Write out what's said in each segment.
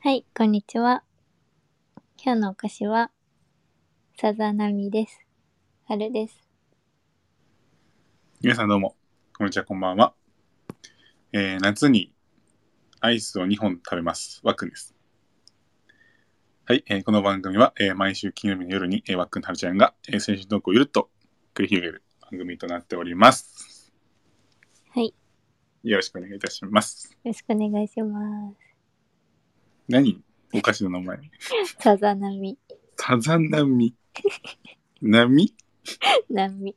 はい、こんにちは。今日のお菓子は、さざ波です。春です。皆さんどうも、こんにちは、こんばんは。えー夏にアイスを2本食べます、わっくんです。はい、えーこの番組は、えー毎週金曜日の夜に、えー、わっくんとはるちゃんが、えー、青春トークをゆるっと繰り広げる番組となっております。はい、よよろしくお願いいたします。ろしくお願いしま何お菓子の名前。す。さざ波。サザナミ。波波。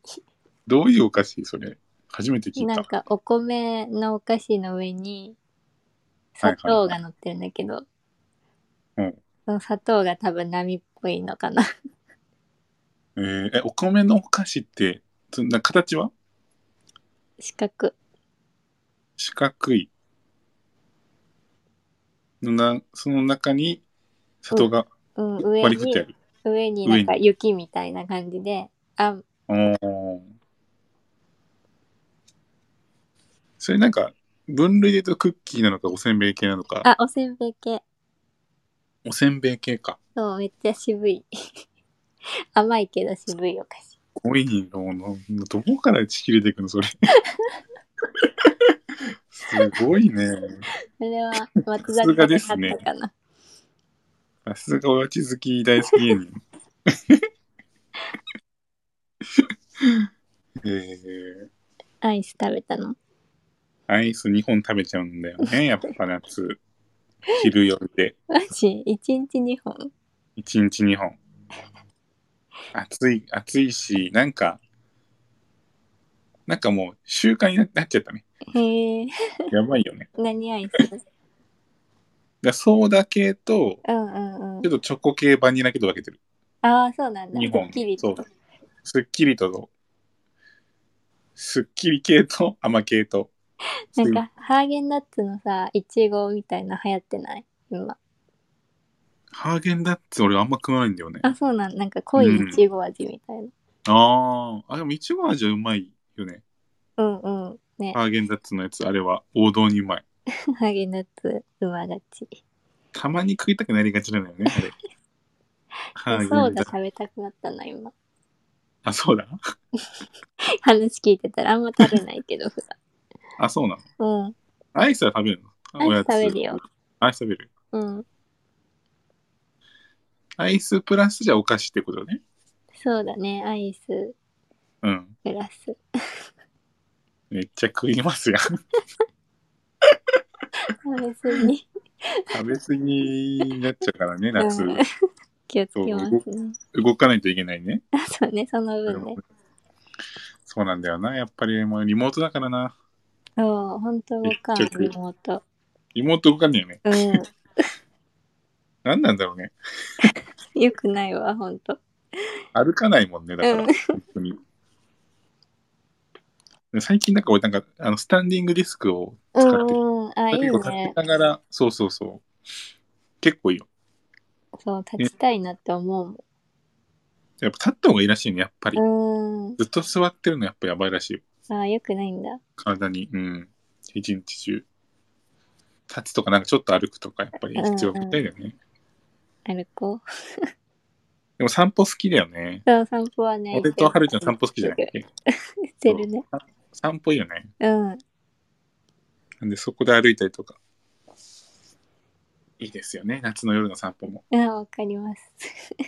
どういうお菓子それ。初めて聞いなんた。か、お米のお菓子の上に、砂糖が乗ってるんだけど、うんその砂糖が多分波っぽいのかな。えーえ、お米のお菓子って、そんな形は四角。四角いのなその中に砂糖がうん、上割り振ってあに、る。上になんか雪みたいな感じで、あん、おーそれなんか分類で言うとクッキーなのかおせんべい系なのかあ、おせんべい系。おせんべい系かそう、めっちゃ渋い。甘いけど渋いお菓子。多いののどこからちぎれていく のそれすごいねそれは松さす坂がで買ですっねたかな。さすがおやち好き大好き芸 人えー、アイス食べたの。アイス2本食べちゃうんだよ ね、やっぱ夏。昼夜でマジ ?1 日2本1日2本。暑い、暑いし、なんか、なんかもう習慣になっちゃったね。へえ。やばいよね。だか何アイスらソーダ系と、うんうんうんちょ。っとチョコ系バニラ系と分けてる。ああ、そうなんだ。 2ドッ本キリ。そとう。すっきりと、すっきり系と甘系と。なんか、ハーゲンダッツのさ、いちごみたいな流行ってない今。ハーゲンダッツ俺あんま食わないんだよね。あ、そうなんなんか濃いいちご味みたいな。ああ、あ、でもいちご味はうまいよね。うん、うん、ね、ハーゲンダッツのやつ、あれは王道にうまい。ハーゲンダッツ、うまがち。たまに食いたくなりがちなのよね、あれ。ハソ ーゲンーダダッツ。食べたくなったな、今。あ、そうだ。話聞いてたらあんま食べないけど、普あ、そうなの。段。アイスは食べるのうん。アイス食べるよ。。アイス食べる。うん。アイスプラスじゃお菓子ってことね。そうだね、アイス、うん。プラス。めっちゃ食いますやん。食べ過ぎ。 食べ過ぎになっちゃうからね、夏。うん気をつけますね。動かないといけないね。そうね、その分ね。そうなんだよな。やっぱりもうリモートだからな。そう、本当動かん、結局リモート。リモート動かんねえよね。うん。何なんだろうね。よくないわ、本 当歩かないもんね、だかうら。ん本当に。最近なんか俺なんか、あの、スタンディングディスクをう使ってる。んうん、あ、いい結構立ねち。ながら、そうそうそう。結構いいよ。そう、立ちたいなって思うもん。やっぱ立った方がいいらしいね、やっぱり。うずっと座ってるのやっぱやばいらしいよ。ーん。あ、よくないんだ。体に。うん。一日中。立つとかなんかちょっと歩くとかやっぱり必要みたいだよね。歩こう。でも散歩好きだよね。そう、散歩はね。俺とはるちゃん散歩好きじゃないっいけしてるね。散歩いいよね。うん。なんでそこで歩いたりとか。いいですよね。夏の夜の散歩も。あ、わかります。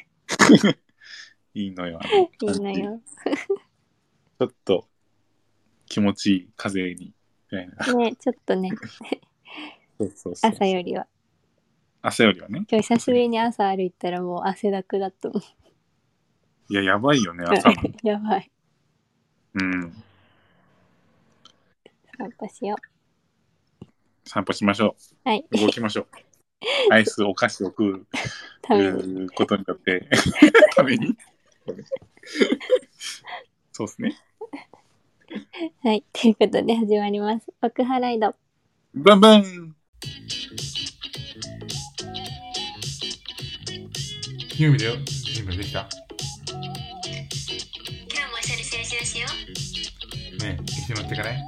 いいのよ。あいのいのよ。ちょっと気持ちいい風に。みたいなね、ちょっとね、そうそうそう朝よりは。朝よりはね。今日久しぶりに朝歩いたらもう汗だくだと思う。いや、やばいよね、朝も。 やばい。うん。散歩しよ散歩しましょう。はい。う。動きましょう。アイス、お菓子を食うために。ことによって、ために。そうですね。はい。ということで始まります。奥ハライド。バンバン金曜日だよ。準備できた。今日も一緒に青春しようねえ、一緒に乗ってかね。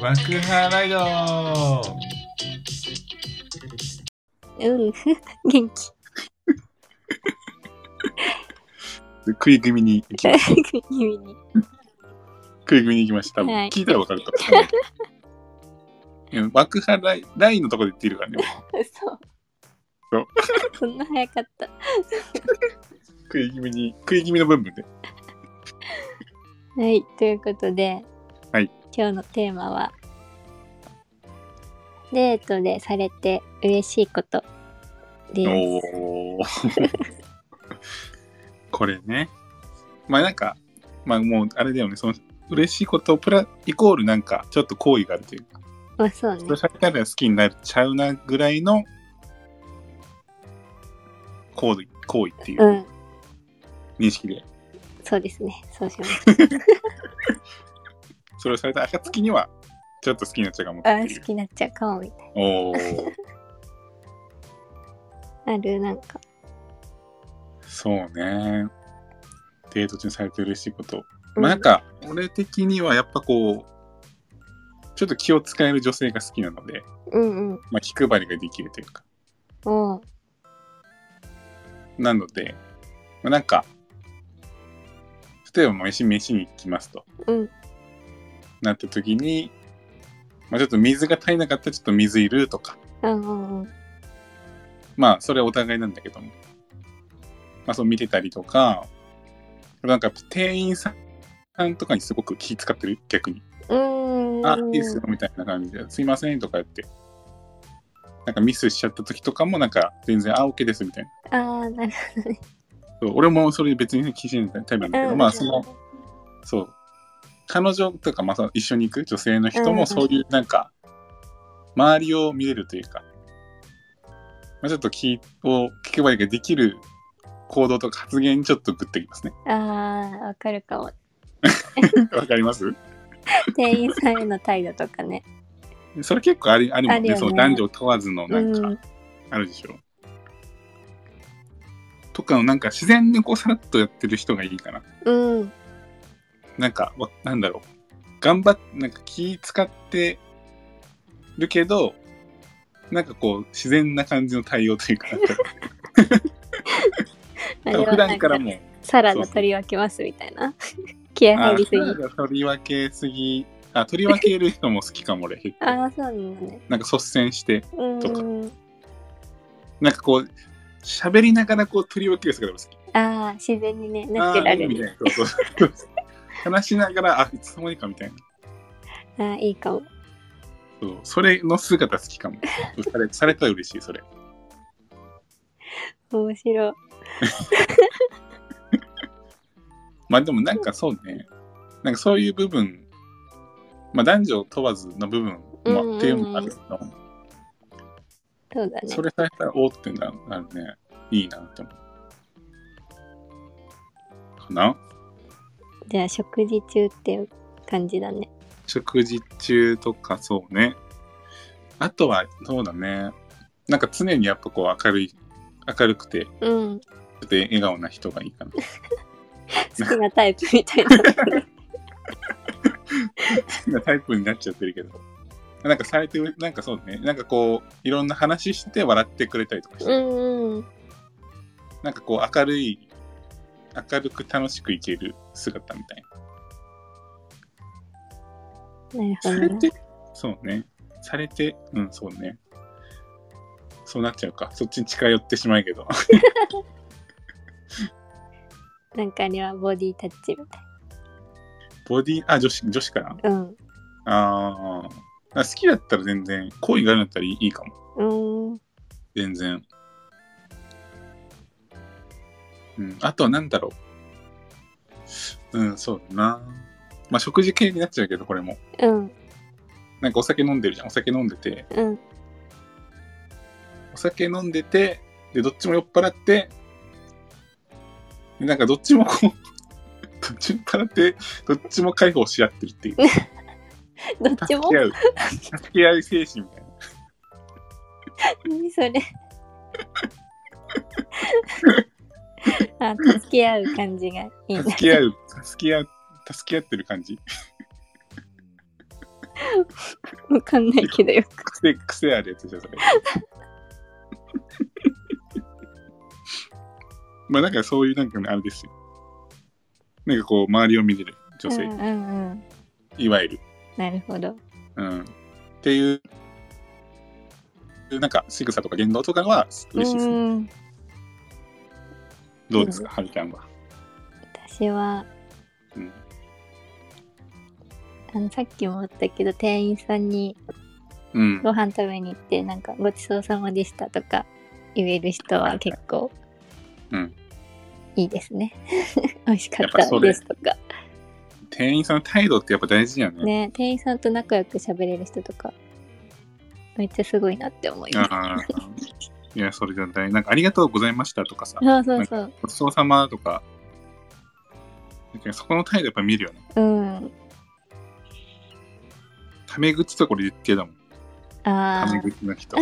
ワクハライドうう、 元気。食い気味に行きまし意味に。た。食い気味に行きました。多分はい聞いたらわかると思う。いや爆破ラインラインのとこで言っているからね。嘘。そう。 そんな早かった。食い気味に、食い気味の部分で。はい、ということで、はい今日のテーマは、デートでされて嬉しいことです。おお。 これね。まあなんか、まあもうあれだよね、その嬉しいことプライコールなんかちょっと好意があるというか、まあそうね、それ。されたら好きになっちゃうなぐらいの行為行為っていううん認識で、そうですね。そうし ます。それをされた暁にはちょっと好きになっちゃうかもってあー、い好う。きになっちゃうかも、みたいおーな。ある、なんか。そうね。デート中にされて嬉しいこと。まあなんか、俺的にはやっぱこう、ちょっと気を使える女性が好きなので、うんうん。まあ、気配りができるというか。おうなので、まあ、なんか、例えば飯、飯に行きますと。うんなった時に、まあ、ちょっと水が足りなかったらちょっと水いるとか、うんうんうん。まあ、それはお互いなんだけども。まあ、そう見てたりとか、なんか店員さんとかにすごく気使ってる、逆に。うーん。あ、いいっすよ、みたいな感じで、すいませんとか言って。なんかミスしちゃった時とかも、なんか全然、あ、OK です、みたいな。あー、なるそう俺もそれ別に気にしないタイプなんだけど、うんまあ、その、そう。彼女とか、まあ、その一緒に行く女性の人うんも、そういう、なんか、周りを見れるというか、まあ、ちょっと気を聞けばいいができる行動とか発言にちょっとグッてきま すね。あー、わかるかも。わかります店員さんへの態度とかね。それ結構ありあるもあんねるよねそう男女問わずのうなんん。か、あるでしょ。とかの、なんか自然にこう、さらっとやってる人がいいかな。うん。なんか、わなんだろう。頑張っなんか気使ってるけど、なんかこう、自然な感じの対応とい うか、なんかあれは普なん段からもう、サラダ取り分けますみたいな。 気合あ入りすぎ。ー取り分けすぎ、あ、取り分ける人も好きかも俺、結構。ああ、そうなんだね。なんか率先して、うーん。なんかこう、喋りながらこう取り分ける姿が好き。ああ、自然にね、ナチュラルあーみたに。いな。そうそうそう 話しながら、あ、いつの間にかみたいな。ああ、いいかも。そうそれの姿好きかも。されされたら嬉しい、それ。面白い。まあでもなんかそうね、なんかそういう部分、まあ男女問わずの部分、うんまうんうんあ、っていうのもあるけど、そうだねそ。れされたらおーってなるね、いいなって思う。かなじゃあ、食事中っていう感じだね。食事中とかそうね。あとは、そうだね。なんか常にやっぱこう明るい、明るくて、ちうん。ょっと笑顔な人がいいかな。好きなタイプみたい な。なタイプになっちゃってるけど。なんかされてる、なんかそうね。なんかこう、いろんな話して笑ってくれたりとかしてうんうん。なんかこう明るい、明るく楽しくいける姿みたいな。なるほさどれな。て、そうね。されて、うん、そうね。そうなっちゃうか。そっちに近寄ってしまうけど。 なんかあれはボディタッチみたいボディ、あ、女子、女子からな。うん。ああ。好きだったら全然、好意があるんだったらいいいいかうーも。ん。全然。うん、あとは何だろう。うん、そうだな。まあ食事系になっちゃうけど、これも。うん。なんかお酒飲んでるじゃん。お酒飲んでて。うん。お酒飲んでて、で、どっちも酔っ払って、でなんかどっちもこう、 どっちも酔っ払って、どっちも解放し合ってるっていう。どっち助もけ合う。助け合い精神みたいな。何それ。 あ、助け合う感じがいい な。助け合う、助け合う、助け合ってる感じ。わかんないけどよく。癖、癖あるやつじゃん、それ。 まあなんかそういうなんかねあれですよ。なんかこう周りを見てる女性、うんうんうん。いわゆる、なるほど。うん、っていうなんか仕草とか言動とかは嬉しいですね。うん。どうですか、ハルちゃんは。私は、うん、あの、さっきも言ったけど、店員さんにうんご飯食べに行って、なんか、ごちそうさまでしたとか言える人は結構、うんいいですね。 美味しかっやっぱそたうだでよすとか。店員さんの態度ってやっぱ大事やね。ね、店員さんと仲良く喋れる人とか、めっちゃすごいなって思います。ああ。いや、それじゃない。なんか、ありがとうございましたとかさ、そうそうそう。ごちそうさまとか、なんかそこの態度やっぱ見るよね。うん。タメ口とか俺言ってたもん。タあメ口の人。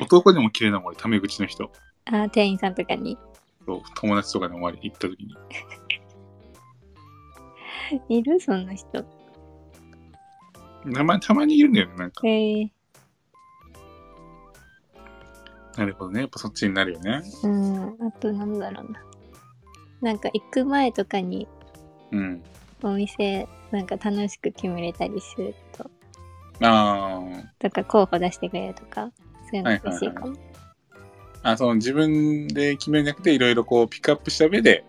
男でも綺麗だもん、俺、タメ口の人。ーあー、店員さんとかに。そう友達とかで終わり行った時に。いるそんな人。たまたまにいるんだよね、なんか。へえなるほどね。やっぱそっちになるよね。うん。あと、なんだろうな。なんか、行く前とかに、うん。お店、なんか楽しく決めれたりすると、あとか、候補出してくれるとか、そういうの嬉しいかも。あ。あ、その自分で決めるんじゃなくて、いろいろこう、ピックアップした上で、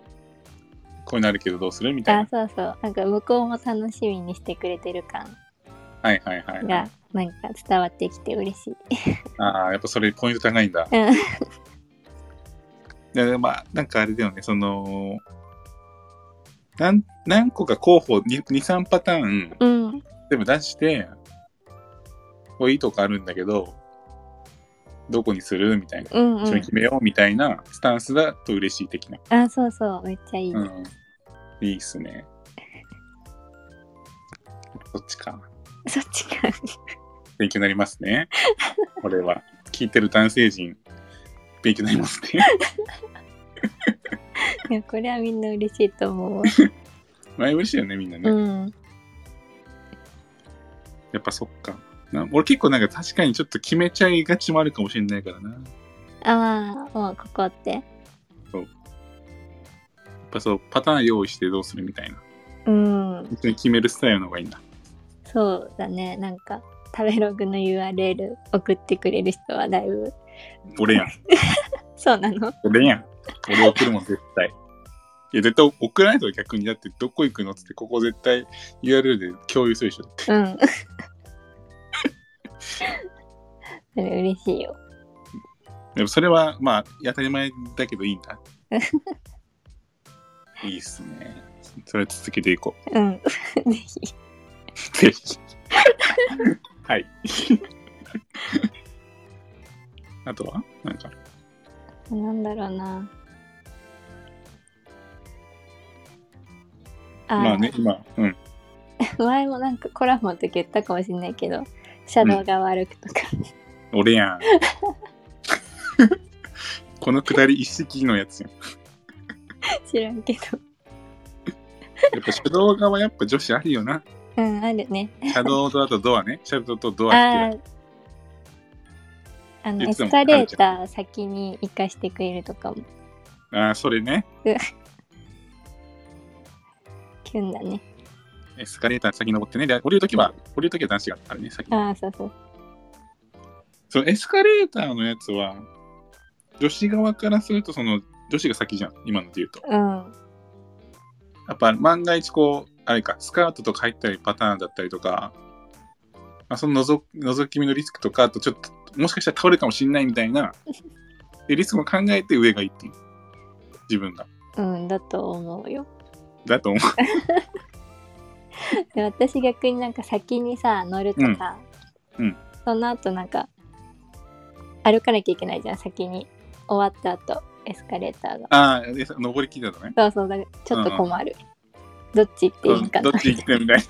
こういうのあるけどどうするみたいなあ。そうそう。なんか、向こうも楽しみにしてくれてる感はいはいはいはい。が、なんか、伝わってきて嬉しい。ああ、やっぱそれポイント高いんだ。うんいやでもまあ、なんかあれだよね、その、なん何個か候補2、3パターンうん。全部出して、こういいとこあるんだけど、どこにするみたいな。うんう一緒にん。決めようみたいなスタンスだと嬉しい的な。あ、そうそう。めっちゃいい。うん。いいっすね。そっちか。そっちか。 勉強になります ね。これは。聞いてる男性陣、勉強になります ね。いや、これはみんな嬉しいと 思うわ。前嬉しいよね、みんなね。うん。やっぱそっか。な俺結構なんか確かにちょっと決めちゃいがちもあるかもしれないからな。やっああ、もうここって。ぱそう、パターン用意してどうするみたいな。うん。本当に決めるスタイルの方がいいんだ。そうだね。なんか、食べログの URL 送ってくれる人はだいぶ。俺やん。そうなの俺やん。俺送るもん絶対。いや、絶対送らないと逆に。だってどこ行くのっつって、ここ絶対 URL で共有するでしょって。うん。それ嬉しいよ。でもそれは、まあ、当たり前だけどいい んだ。いいっすね。それ続けていこう。うん。 ぜひ。ぜひ。 はい。 あとはなんかあるなんだろうな。あーまあね、今、うん。前もなんかコラボの時言ったかもしれないけど、シャドウが悪くとか。 俺やん。 このくだり一式のやつやん。知らんけど。やっぱ車道側やっぱ女子あるよな。うん、あるね。車道とあとドアね。車道とドア あってーあのいエつもスカレーター先に行かしてくれるとかもいう。ああ、それね。キュンだねエスカレーター先登ってね。で、降りるときは、降りるときは男子があるね、先に。ああそうそうそのエスカレーターのやつは、女子側からすると、その、女子が先じゃん。今ので言うと。うんやっぱ万が一こう、あれか、スカートとか入ったりパターンだったりとか、まあ、その覗覗き見のリスクとか、あとちょっと、もしかしたら倒れるかもしれないみたいな、でリスクも考えて上がいいっていう。自分が。うんだと思うよだと思う。で私逆になんか先にさ乗るとか、うんうんその後なんか歩かなきゃいけないじゃん先に終わった後エスカレーターがああ、で登りきりだとね。そうそうだからちょっと困る、どっち行っていいのかどなっち行ってみたいな。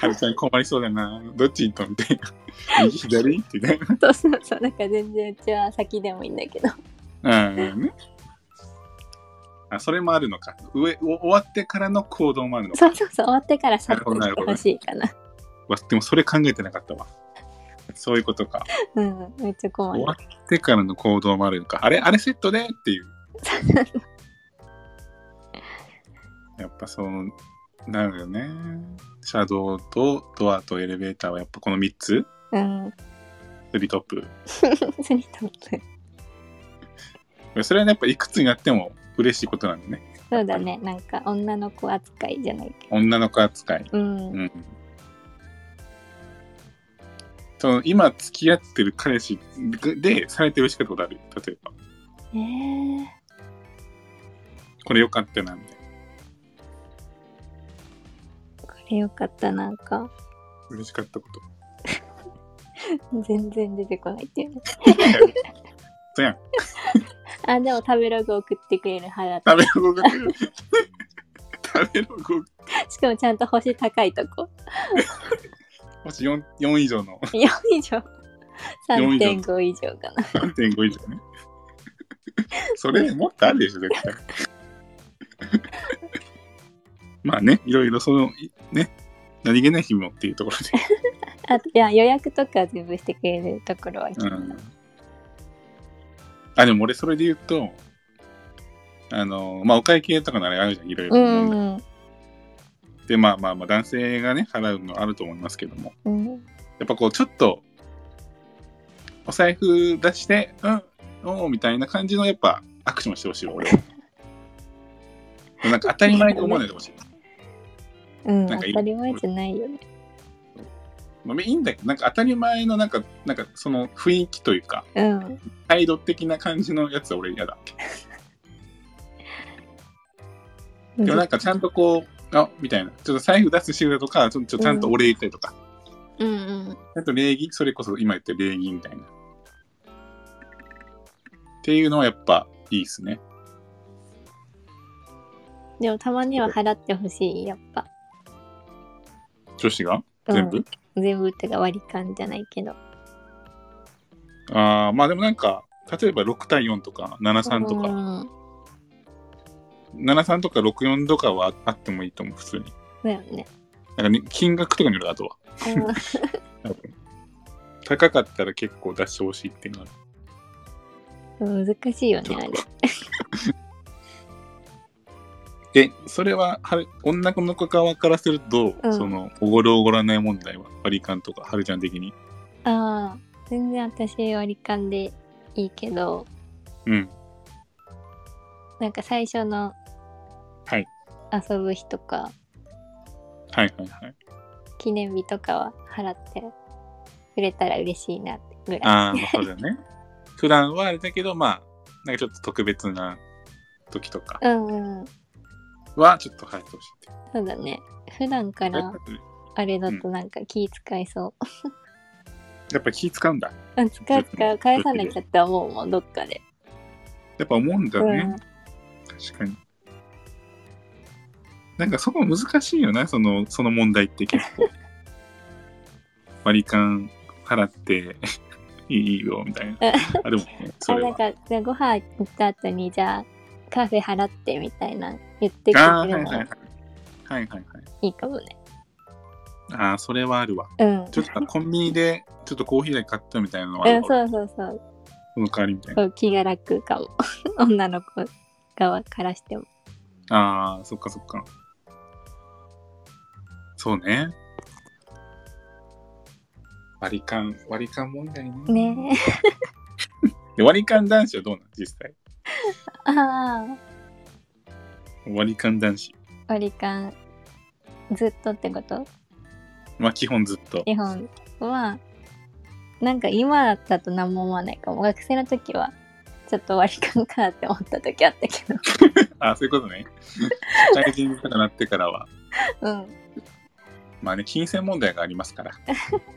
はるちゃん困りそうだな。どっち行ったみたいな。右左ってね。そうそうそうなんか全然うちは先でもいいんだけどうんね。あ、それもあるのか。上、お終わってからの行動もあるのか。そうそうそう終わってからさっとなるほど行なるほっどてほしいかなわでもそれ考えてなかったわ。そういうことか。うん、めっちゃ困終わる。ってからの行動もあるのか。あれあれセットでっていう。やっぱその、なるよね。シャドウとドアとエレベーターはやっぱこの3つ、 うん、スリートップ。スリートップ。それはねやっぱいくつになっても嬉しいことなんだね。そうだね、なんか女の子扱いじゃないけ女の子扱い。ど。うん、うん。その今付き合ってる彼氏でされて嬉しかったことある例えば、えこれ良かったなみたいな。ー、これよかった、なんか。嬉しかったこと。全然出てこないっていうね。そうやん。あ、でも食べログ送ってくれる派だ った。食べログ送る。食べログしかもちゃんと星高いとこ。もし 4, 4以上の4以上。 4以上3.5以上かな。 3.5以上ね。それもっとあるでしょ、絶対。まあね、いろいろその、いね、何気ない日もっていうところで。あと、いや、予約とか全部してくれるところは、うんあ、でも俺それで言うと、あの、まあお会計とかならあるじゃん、いろいろ。うん、で、まあまあまあ男性がね、払うのあると思いますけども、うん、やっぱこうちょっと、お財布出して、うん、おーみたいな感じのやっぱアクションしてほしいわ、俺は。なんか当たり前と思わないでほしい。うん、なん当かいいたり前じゃないよね。まあいいんだけど、なんか当たり前のなんか、なんかその雰囲気というか、うん、態度的な感じのやつは俺嫌だ。でもなんかちゃんとこう、あみたいな、ちょっと財布出すシールだとか、ちょっとちゃんとお礼言ったりとか、うん、うん、ちゃんと礼儀、それこそ今言った礼儀みたいな。っていうのはやっぱいいですね。でもたまには払ってほしい、やっぱ。女子がうん全部、全部ってか割り勘じゃないけど。ああまあでもなんか、例えば6対4とか73とか、うん、 73とか64とかはあってもいいと思う、普通に。だよね。なんか、ね、金額とかによるあとは。うん多分高かったら結構出してほしいっていうのは難しいよちょねっあとれ。 え、それは、はる女の子側からすると、うんその、おごるおごらない問題は、割り勘とか、はるちゃん的に。ああ全然私割り勘でいいけどうん。なんか最初のはい遊ぶ日とかはいはいはい。記念日とかは払ってくれたら嬉しいなってぐらいああ、まあそうだよね。 普段はあれだけど、まあ、なんかちょっと特別な時とかうんうんは、ちょっと入ってほしいって。そうだね普段からあれだとなんか気使いそう、 やっぱ気使うんだ。うん、使う使う返さなきゃって思うもんどっかで、やっぱ思うんだうね。ん、確かに。なんかそこ難しいよな、その、その問題って結構。 割り勘払って、 いいよ、みたいな。あ、でも、そあれなんは。かじゃあご飯行った後にじゃあカフェ払ってみたいな言ってくれるああー、はいのはいはいが。はいはいはい。いいかもねああ、それはあるわ。うんちょっとコンビニで、ちょっとコーヒー代買ったみたいなのはあうるんわ、そうそうそうその代わりみたいな。そう気が楽かも 女の子側からしてもああ、そっかそっか。そうね。割り勘、割り勘問題ね。ねえで割り勘男子はどうなん実際。ああ割り勘男子。割り勘ずっとってことまあ基本ずっと。日本はなんか今だったと何も思わないかも学生の時はちょっと割り勘かって思った時あったけど あそういうことね。社会人とかなってからは。うんまあね、金銭問題がありますから。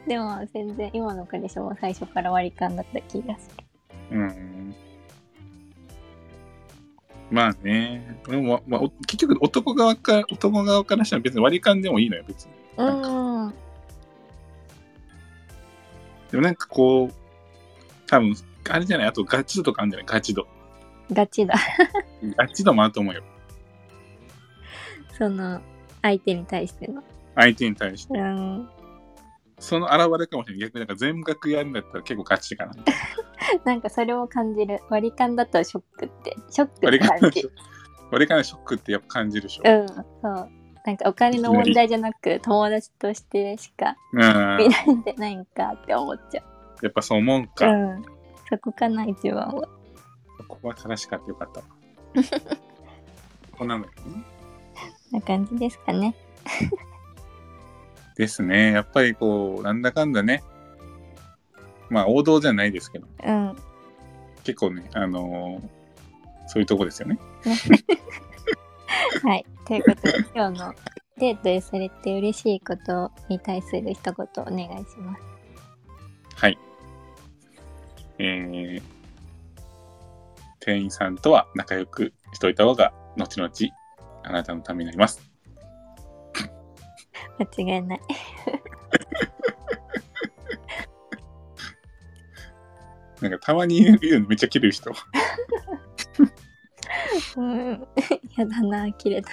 でも全然今の彼氏も最初から割り勘だった気がすうん。まあね。俺も、まあ、お結局男側から、男側からしたら別に割り勘でもいいのよ、別に。るうんでもなんかこう、多分、あれじゃないあとガチ度とかあるんじゃないガチ度。ガチだ ガチ度もあると思うよ。その相手に対しての相手に対して。うんその現れかもしれない。逆になんか全額やるんだったら結構 ガチかな。なんかそれを感じる割り勘だとショックってショックっ割てり勘感じ割り勘のショックってやっぱ感じるでしょ。うんそうなんかお金の問題じゃなく友達としてしかうん。や見られてないんかって思っちゃっぱそう思うう、か。うん、そこかな一番はここは正しかったよかったわ。こんなのよね。な感じですかねですね。やっぱりこう、なんだかんだね。まあ王道じゃないですけど、うん 結構ね、あのーそういうとこですよね。はいということで今日のデートでされて嬉しいことに対する一言お願いしますはい。えー、店員さんとは仲良くしといた方が、後々、あなたのためになります。間違いないなんかたまに言うのめっちゃ切る人。 うん やだな切れた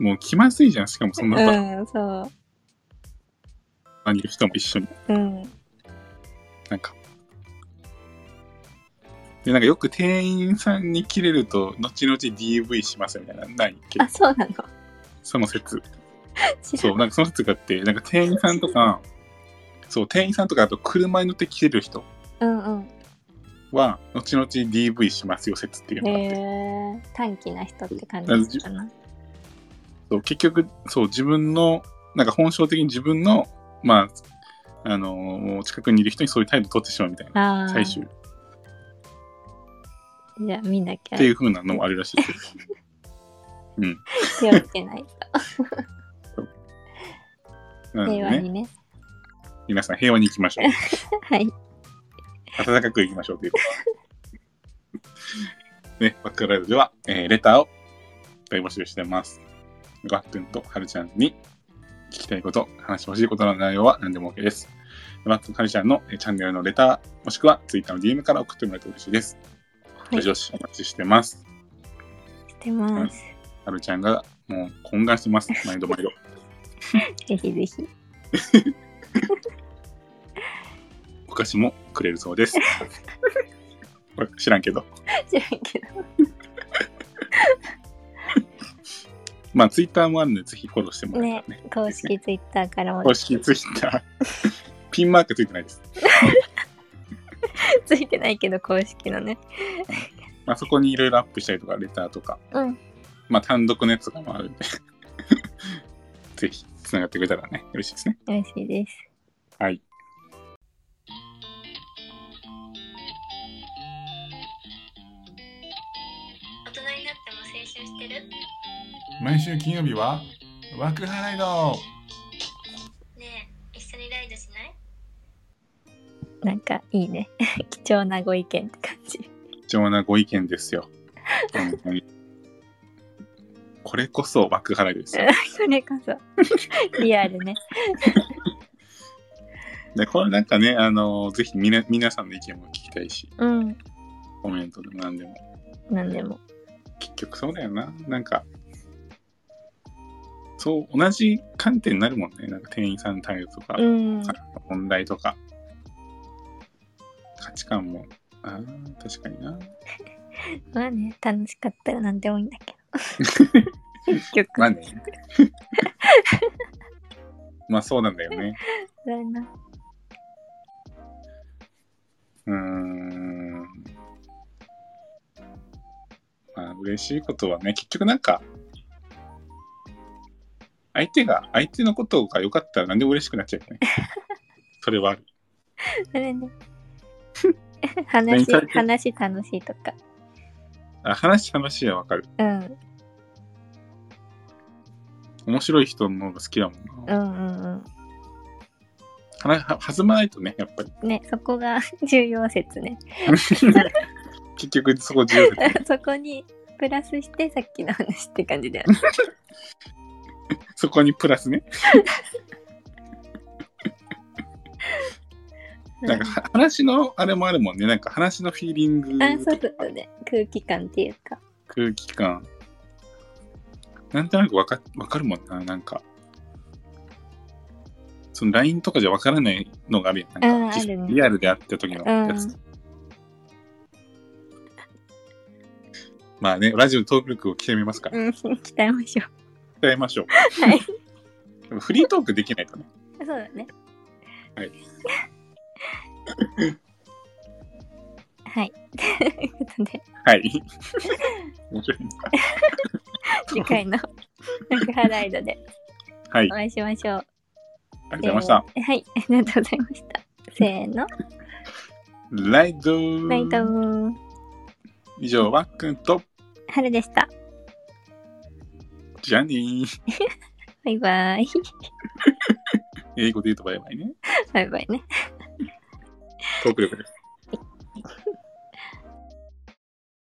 もう気まずいじゃん。しかもそんなさ、らうんそう他にいる人も一緒に。うんなんか。で、なんかよく店員さんに切れると、後々 DV しますみたいな。ないあそうなのその説。知らそう、なんかその説があって、なんか店員さんとか、そう、店員さんとか、あと車に乗って切れる人うんは、後々 DV しますよ説っていううんのがあって。へえ短気な人って感じかなそう結局そう自分のなんか本性的に自分のまああのもう近くにいる人にそういう態度を取ってしまうみたいなああ最終っじゃあ見なきゃていう風なのもあるらしいですうん気をつけない となので 平和ねにね皆さん平和に行きましょうはい暖かく行きましょうということで ねバックライドでは、えーレターを大募集してますガッくんとはるちゃんに聞きたいこと、話してほしいことの内容は何でも OK です。マックカルチャーのえーチャンネルのレター、もしくは Twitter の DM から送ってもらえると嬉しいです。いどしどしお待ちしてます。してますはるちゃんがもう懇願してます。毎度毎度。ぜひぜひお菓子もくれるそうです。これ知らんけど。知らんけどまあ Twitter もあるので、ぜひフォローしてもらえたらね。公式ツイッターからも公式 Twitter。ピンマークついてないです。ついてないけど公式のねまあそこにいろいろアップしたりとか、レターとか、うんまあ単独のやつとかもあるんで、 ぜひつながってくれたらね、嬉しいですね。嬉しいですはい。大人になっても青春してる毎週金曜日はワクハライドねえ一緒にライドしないなんかいいね 貴重なご意見って感じ貴重なご意見ですよ。本当に これこそワクハライドですよ。それこそ リアルねで、これなんかね、あのぜひみな皆さんの意見も聞きたいし、うんコメントでも何でも。なんでも結局そうだよな。なんか、そう、同じ観点になるもんね。なんか店員さんの態度とか、うん問題とか、価値観も。あー確かにな。まあね楽しかったらなんでもいいんだけど結局まあね。 まあそうなんだよね。それなうーん。まあ嬉しいことはね、結局なんか、相手が、相手のことが良かったら何でも嬉しくなっちゃう よね。それはある。それ ね何話されて話楽しいとかあ話楽しいはわかる。うん面白い人の方が好きだもんうな。んうん話は弾まないとね、やっぱ り。うんねそこが重要説ね 結局そこ重要だよねそこにプラスしてさっきの話って感じだよねそこにプラスね。なんかは話のあれもあるもんね。なんか話のフィーリングうんあそうそとうかそうね空気感っていうか空気感。なんとなくわかわかるもんな。なんか。その LINE とかじゃわからないのがあるやん。なんかうんあるねリアルで会った時のやうつ。んまあね、ラジオのトーク力を鍛えみますから。うん、鍛えましょ鍛えましょう。う。はい。 でもフリートークできないとね。そうだね。はい。はい。ということで、 はい。面白いな。次回の幕張ライドではいお。会いしましょう。ありがとうございました。えーはい、ありがとうございました。せーの、ライドナイト以上、ワックンと春でした。ジャニー。バイバイ。英語で言うとバイバイね。バイバイね。トーク力です。